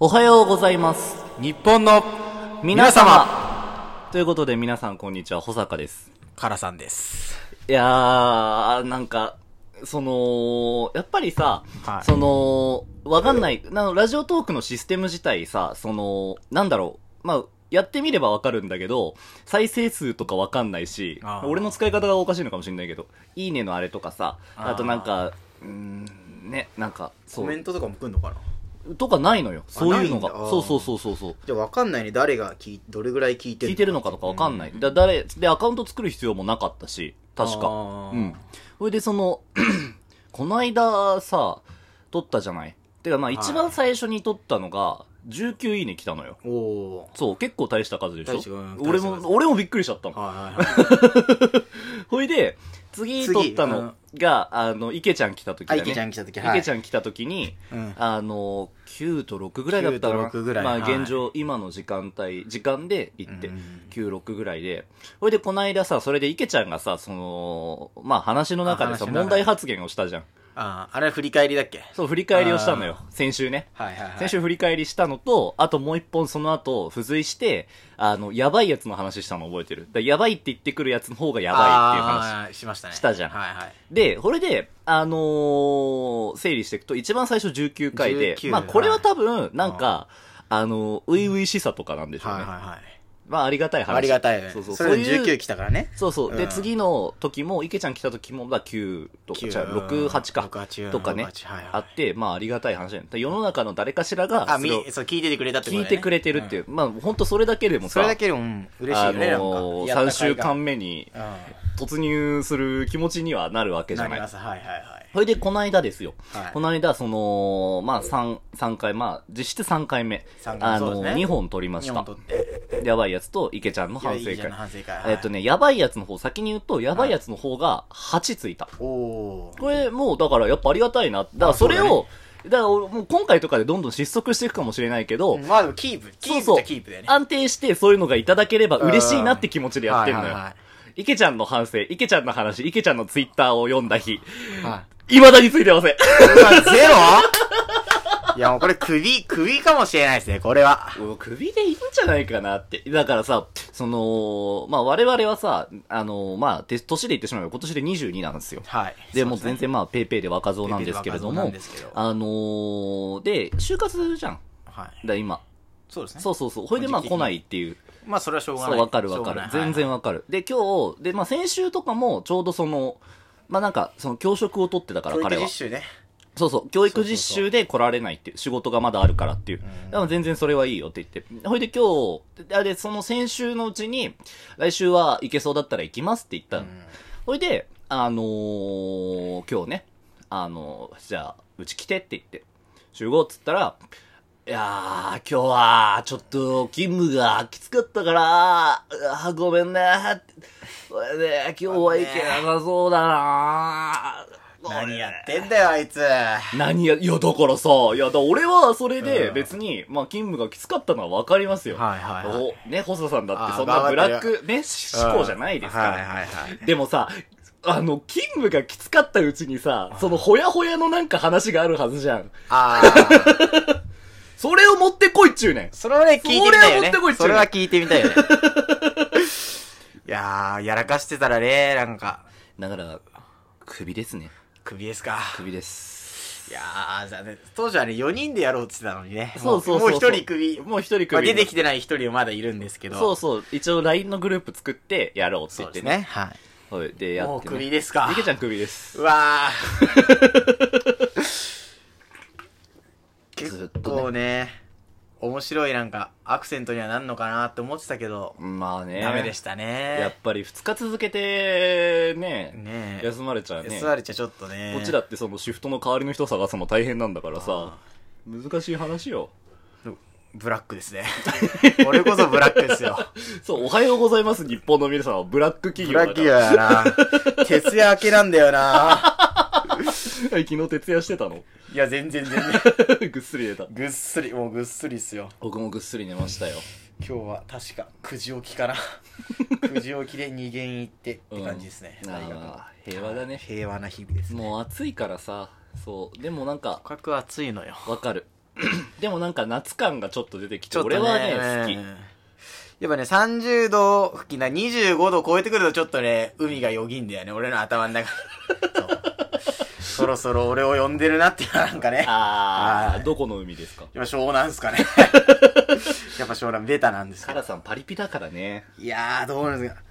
おはようございます。日本の皆様ということで皆さんこんにちは、保坂です。カラさんです。いやー、なんか、その、やっぱりさ、はいその、わかんない、なの、ラジオトークのシステム自体さ、その、なんだろう、まあ、やってみればわかるんだけど、再生数とかわかんないしあ、ー俺の使い方がおかしいのかもしれないけど、いいねのあれとかさ、ああーとなんか、うーん、ね、なんか、コそメう、ントとかも来んのかなとかないのよ。そういうのがないん。だそうそうそうそうそう。じゃあ分かんないね誰が聞いどれぐらい聞いてる聞いてるのかとかわかんない。だ誰、で、アカウント作る必要もなかったし、確か。あーうん。それでその、 この間さ、撮ったじゃないてかまあい一番最初に撮ったのが、19いいね来たのよ。おおそう、結構大した数でし大したょうん俺大したも、数俺もびっくりしちゃったの。はいはいはいほいで、次次撮ったのが、あの、池ちゃん来た時だあね。いけちゃん来た時池はいちゃん来た時に、うんあの、9と6ぐらいだったかな。 9と6ぐらいまあはい現状、今の時間帯、時間で行ってうん、 9、6ぐらいで。それでこの間さ、それで池ちゃんがさ、その、まあ話の中であ話さ、の中で問題発言をしたじゃん。 あーあれは振り返りだっけそう、振り返りをしたのよ。先週ね。はいはいはい先週振り返りしたのと、あともう一本その後、付随して、あの、やばいやつの話したの覚えてる。だからやばいって言ってくるやつの方がやばいっていう話。あーしましたねしたじゃんはいはいで、これで、あのー整理していくと、一番最初19回で、 19まあこれは多分、なんか、あの、ういういしさとかなんでしょうはね。いはいはいまあありがたい話。ありがたいねそうそう、それでそういう19来たからねそうそう。で、うん次の時も、池ちゃん来た時も、まあ9とか、 9じゃあ6、8か、 6 8とかね6 8はいはいあって、まあありがたい話だよね。世の中の誰かしらが、あそれをみそう聞いててくれたってこと聞いてくれてるっていうう。まあ本当それだけでもんさ、それだけでもうん嬉しいよねあなんかのー、や3った甲斐が週間目に突入する気持ちにはなるわうけんじゃななりいま。すはいはいはいそれで、この間ですよ。はいこの間、その、まあ、3、三回、まあ、実質3回目。三回目あそうの、ですね2本撮りまし日本た撮。ってやばいやつと、池ちゃんの反い省やいい会じゃん。反省会はいえっとね、やばいやつの方、先に言うと、やばいやつの方が8ついた。おおこれ、もう、だから、やっぱありがたいな。だから、あそそうだれねを、だから、俺もう今回とかでどんどん失速していくかもしれないけど、まあでもキープキーそうそプじうゃキープだよね安定してそういうのがいただければ嬉しいなって気持ちでやってんのはいよはいはい。池ちゃんの反省、池ちゃんの話、池ちゃんのツイッターを読んだ日、はい未だについてません。うわゼ ロいやもうこれ首、首かもしれないですね、これは。もう首でいいんじゃないかなって。だからさ、その、まあ我々はさ、あの、まあ、て年で言ってしまえば今年で22なんですよ。はい。で、もう全然まあ、ペイペイで若造なんですけれどもペイペイで若造なんですけど、あのー、で、就活じゃん。はい。だ、今。そうですね。そうそうそう。ほいでまあ来ないっていう。まあそれはしょうがそなう、い。わかるわかしょうがなるい。全。然わかる。で、今日、で、まあ、先週とかも、ちょうどその、まあ、なんか、その、教職を取ってたから、教彼育は実。習ね。そうそう、教育実習で来られないっていう、仕事がまだあるからっていう。だから全然それはいいよって言って。ほいで今日、であれ、その先週のうちに、来週は行けそうだったら行きますって言ったの。ほいで、あのー、今日ね、あのー、じゃあ、うち来てって言って、集合っつったら、いやー、今日は、ちょっと、勤務がきつかったから、あーごめんね。これで、今日は行けなさそうだな何やってんだよ、あいつ。何や、いや、だからさ、いや、だから俺はそれで別に、まあ、勤務がきつかったのはわかりますよ。はいはいはいおね、細田さんだってあーそんなブラッ頑張ク、ね、思考じゃないですから。はいはいはい。でもさ、あの、勤務がきつかったうちにさ、そのほやほやのなんか話があるはずじゃん。あ ー。それを持ってこいっちゅうねん。それはね、聞いてみたいそれよね。は持ってこいっちゅうそれは聞いて みたいよね。いやー、やらかしてたらね、なんか、だから、首ですね。首ですか。首です。いやー、残念。当時はね、4人でやろうって言ってたのにね。そうそうそうもう1人首。もう一人首。まあ出てきてない1人はまだいるんですけど。そうそう。一応 LINE のグループ作ってやろうって言そっうでてすね。ね。はい。はい。で、やって、ね。もう首ですかいけちゃん首です。うわー 結構ね面白いなんかアクセントにはなんのかなって思ってたけど、まあね。ダメでしたやっねぱり2日続けてね、ねえ休まれちゃうね。 s われちゃちょっとねこっちだってそのシフトの代わりの人探すの大変なんだからさ、難しい話よ。ブラックですね俺こそブラックですよそう、おはようございます、日本の皆さんはブラック企ブ業ラだッかクやら。な徹夜明けなんだよな 昨日徹夜してたのいや全然全然 ぐっすり寝た。ぐっすりもうぐっすりっすよ僕もぐっすり寝ましたよ。今日は確か9時起き かな9時起きで2限行ってって感じですね、うん大学のあー平和だね平和な日々ですねもう暑いからさ、そう。でもなんか、とかく暑いのよ わかる。でもなんか夏感がちょっと出てきて、ちょっとね俺はね、好き。やっぱね、30度付近だ、25度超えてくるとちょっとね、海がよぎんだよね、俺の頭の 中。そうそろそろ俺を呼んでるなっていうのはなんかね。あはー、いどこの海ですかやっぱ湘南ですか ね。やっぱ湘南、ベタなんですけカどラさんパリピだからね。いやー、どうなんですか。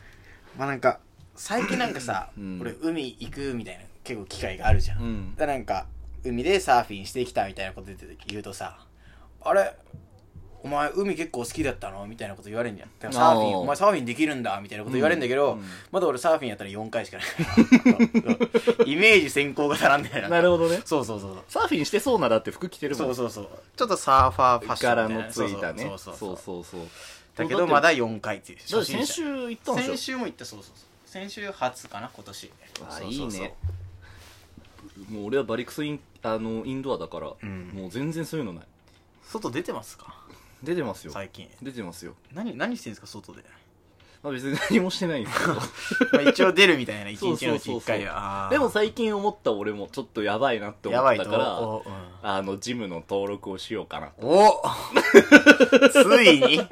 まあなんか、最近なんかさ、うん俺海行くみたいな、結構機会があるじゃん。うんだからなんか、海でサーフィンしてきたみたいなこと言うとさ、あれ、お前海結構好きだったのみたいなこと言われるんじゃん。だからサーフィン、あーお前サーフィンできるんだみたいなこと言われるんだけど、うんうんまだ俺サーフィンやったら4回しかないからそう。イメージ先行型なんだよなるほどね。そうそうそうそう。サーフィンしてそうなだって服着てるもん。そうそうそう。ちょっとサーファーファッション柄みのいなついたね。そうそうそうそうそうそうだけどまだ4回っていう。だって先初心者週行ったんでしょ先週も行ったそうそうそう先週初かな今年あそうそういそういねもう俺はバリクソインあのインドアだから、うんもう全然そういうのない外出てますか出てますよ最近出てますよ、何何してんですか外 で、まあ、別に何もしてないんですけ どまあ、一応出るみたいな一そう日そのううちそう1そう回はあーでも最近思った俺もちょっとやばいなって思やばっいたとからおうんあのジムの登録をしようかなお ついに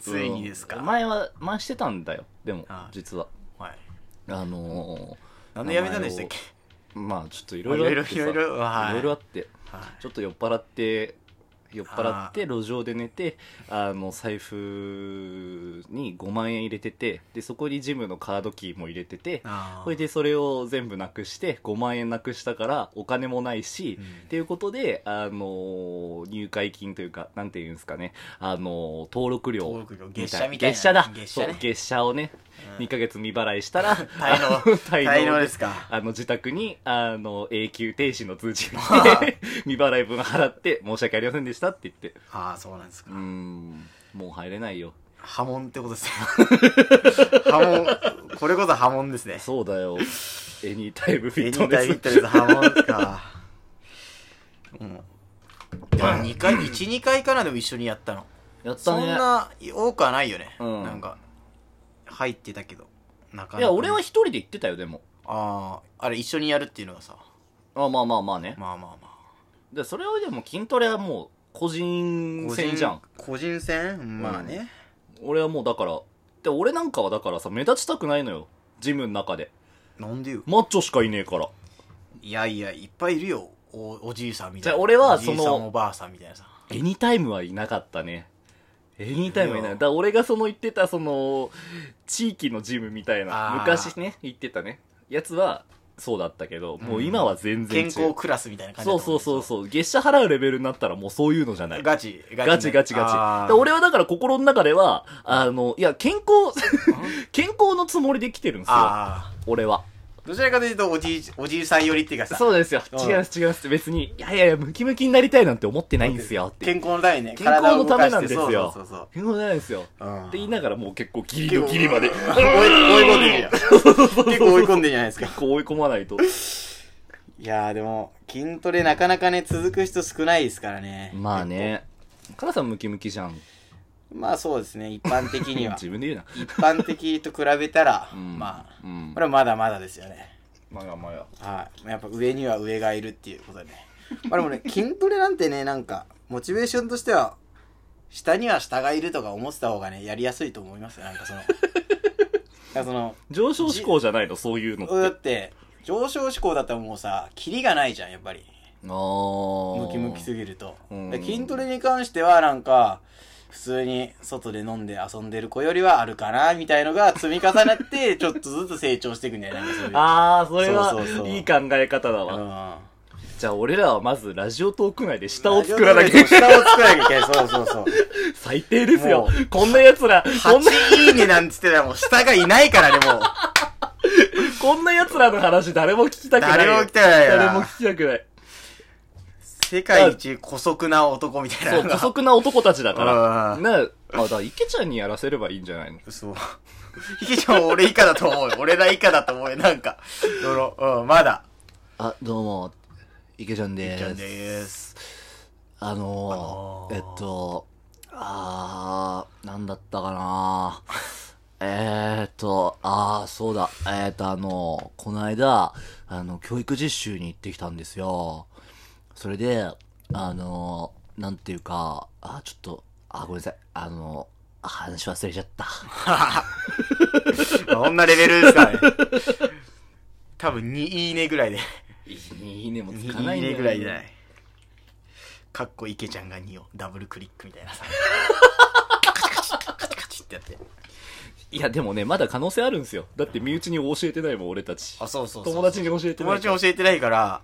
ついにですか、うん前は前してたんだよでもあ実ははい、あのなんでやめたんでしたっけー、まあちょっといろいろあってさいろいろいろいろはいいろいろあってはいちょっと酔っ払って、酔っ払って、路上で寝て、あの、財布に5万円入れてて、で、そこにジムのカードキーも入れてて、あーそれでそれを全部なくして、5万円なくしたから、お金もないし、うんっていうことで、あのー入会金というか、なんていうんですかね、あのー登録料。登録料月謝みたいな月謝だ。月謝ねそう月謝をね、2ヶ月未払いしたら、 滞 納滞納滞納ですかあの、自宅に、あの、永久停止の通知が来て 未払い分払って、申し訳ありませんでしたって言って。ああそうなんですうかーん、もう入れないよ。波紋ってことですね 波紋これこそ波紋ですねそうだよ。エニータイムフィッベニトータイネフィッス。トネスハモンか。うん。でも2回、1、2回からでも一緒にやったの。やったそねん。な多くはないよね。うんなんか、入ってたけど。なかなかいや、俺は一人で行ってたよ、でも。ああ、あれ一緒にやるっていうのがさ。あまあまあまあね。まあまあまで、それはでも筋トレはもう、個人あ。戦じゃん。個人戦まあね。俺はもうだから、で、俺なんかはだからさ、目立ちたくないのよ。ジムの中で。なんでよ。マッチョしかいねえから。いやいや、いっぱいいるよ。おおじいさんみたいな。じゃあ俺はそのおじいさんおばあさんみたいなさ。エニタイムはいなかったね。エニタイムはいないい。やだから俺がその言ってた、その、地域のジムみたいなあ、ー昔ね、言ってたね、やつは、そうだったけど、もう今は全然違健う。康クラスみたいな感じだそとう思そううそうそう。月謝払うレベルになったらもうそういうのじゃない。ガチ、ガチね。ガチガチガチ。だあかーら俺はだから心の中では、あの、いや、健 康、健康のつもりで来てるんですよ。ああ。俺は。どちらかというと、おじい、おじいさん寄りっていうかさ、そうですよ。うん違います違います。別に、いやいやいや、ムキムキになりたいなんて思ってないんですよって。健康のためにね、健康のため体なを動かしてんですよ。そうそうそう健康じゃないですよ。そう。って言いなながらもう結構ギリのギリ まで追い追い込んでるやん。結構追い込んでるじゃないですか。結構追い込まないと。いやーでも、筋トレなかなかね、続く人少ないですからね。まあね。カラさんムキムキじゃん。まあそうですね、一般的に は。自分で言うな。一般的と比べたら、うんまあ、うんこれはまだまだですよね。まあまあはい。やっぱ上には上がいるっていうことでね。まあでもね、 筋トレなんてね、なんか、モチベーションとしては、下には下がいるとか思ってた方がね、やりやすいと思いますよ。なんかその、 なんかその、上昇志向じゃないの、そういうのって。だって、上昇志向だったらもうさ、キリがないじゃん、やっぱり。ムムキムキすぎると。うんで筋トレに関しては、なんか、普通に外で飲んで遊んでる子よりはあるかな、みたいのが積み重なって、 ちょっとずつ成長していくんだよね、なんかそういう。あー、それはそうそうそういい考え方だわ。うんじゃあ俺らはまずラジオトーク内で下を作らなきゃいけない。下を作らなきゃいけない。そうそうそう。最低ですよも。こんな奴ら、こんな、 8いいねなんつってたらもう下がいないからね、もう。こんな奴らの話誰も聞きたくないよ。誰も聞きたくないよな誰も聞きたくない。世界一古速な男みたいなそう、姑のが。息な男たちだから。うな、あ、だから池ちゃんにやらせればいいんじゃないのそう。ひきちゃん俺以下だと思うよ。俺ら以下だと思うよ。なんか。そのうん、まだ。あ、どうも、池ちゃんでひきちゃんでーす。ああののーー、えっと、あー、なんだったか なえーっと、あー、そうだ、えーっと、あのー、この間、あの、教育実習に行ってきたんですよ。それで、あのー、なんていうか、あ、ちょっと、あ、ごめんなさい。あの、話忘れちゃった。まあこんなレベルですからね。多分2いいねぐらいで。 いいねもつかな2いんいいだよねぐらいじゃない。かっこいけちゃんが2をダブルクリックみたいなさ。カチカチカチカチってやって。いや、でもね、まだ可能性あるんですよ。だって身内に教えてないもん、俺たち。あ、そうそうそう友達に教えて 友ない達から。に教えてないから、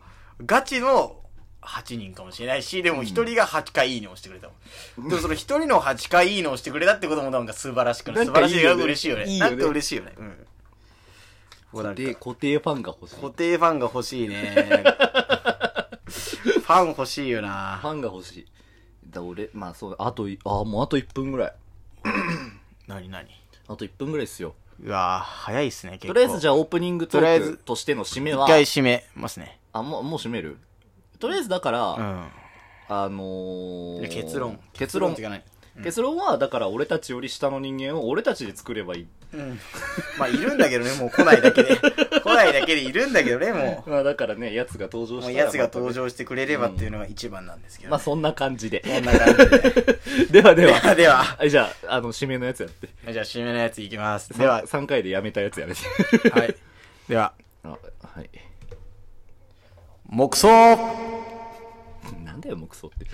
ガチの8人かもしれないし、でも1人が8回いいねをしてくれたもん。でもその1人の8回いいねをしてくれたってこともなんか素晴らしく なない素んか晴いらいしよねいいいよね。嬉しいよね。よなねんか嬉しいよね。うん。こうなん固定、か固定ファンが欲しい。固フ定ファンが欲しい ね。ファン欲しいよな。ァンが欲しい。だ俺、まあそうだ、あとい、あ、もうあと1分ぐらい。なになにあと1分ぐらいですよ。うわぁ、早いっすね、結と構。りあえずじゃゃあオープニングトとりあーえクずとしての締め一は、回締めますね。あ、もう、もう締めるとりあえずだから、うん。あのー、結論。結論って。かない。結論は、だから俺たちより下の人間を俺たちで作ればいい。うん。まあ、いるんだけどね、もう来ないだけで。来ないだけでいるんだけどね、もまあだからね、奴が登場う。しもたうら奴が登ま場してくれればっていうのが一番なんですけたねど、まあね。そんな感じで。 こんな感じ でで。はででは。は、では。はいじゃあ、あの、締めのやつやって。じゃあ、締めのやついきます。でではは、、3回でやめたやつやめて。はい。では、 あはい。黙想なんだよ、もうクソって。